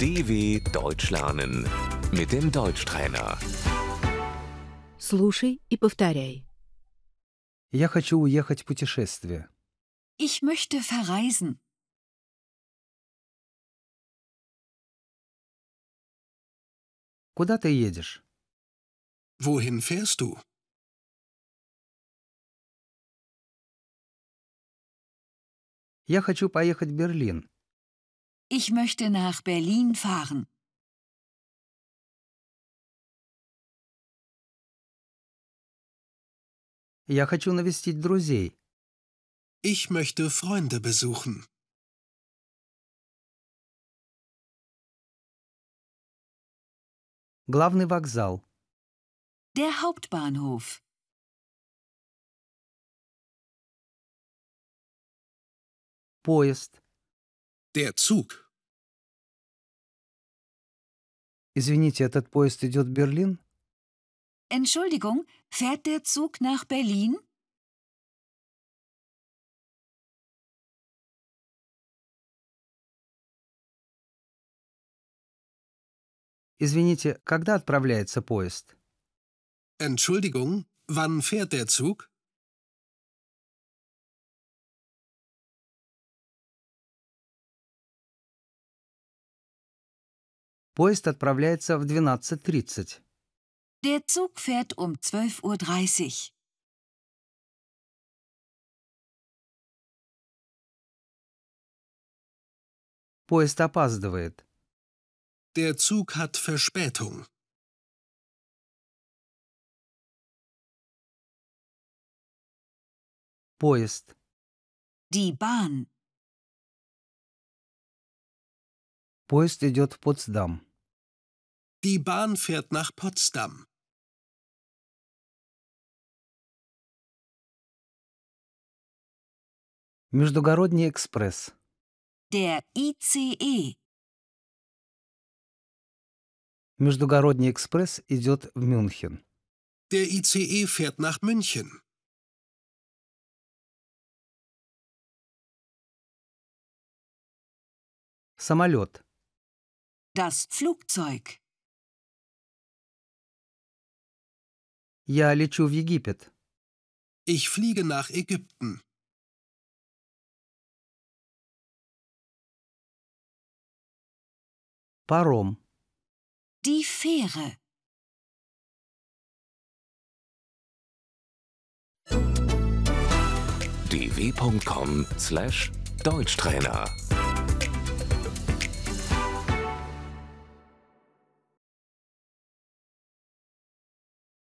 DW Deutsch lernen mit dem Deutschtrainer. Слушай и повторяй. Я хочу уехать в путешествие. Ich möchte verreisen. Куда ты едешь? Wohin fährst du? Я хочу поехать в Берлин. Ich möchte nach Berlin fahren. Я хочу навестить друзей. Ich möchte Freunde besuchen. Главный вокзал. Der Hauptbahnhof. Поезд. Der Zug. Извините, этот поезд идет в Берлин? Entschuldigung, fährt der Zug nach Berlin? Извините, когда отправляется поезд? Entschuldigung, wann fährt der Zug? Поезд отправляется в 12.30. Der Zug fährt um 12.30 Uhr. Поезд опаздывает. Der Zug hat Verspätung. Поезд. Die Bahn. Поезд идет в Потсдам. Die Bahn fährt nach Potsdam. Междугородний экспресс. Der E. ICE. Междугородний экспресс идет в Мюнхен. Der ICE fährt nach München. Самолет. Das Flugzeug. Я лечу в Египет. Ich fliege nach Ägypten. Паром. Die Fähre. dw.com/deutschtrainer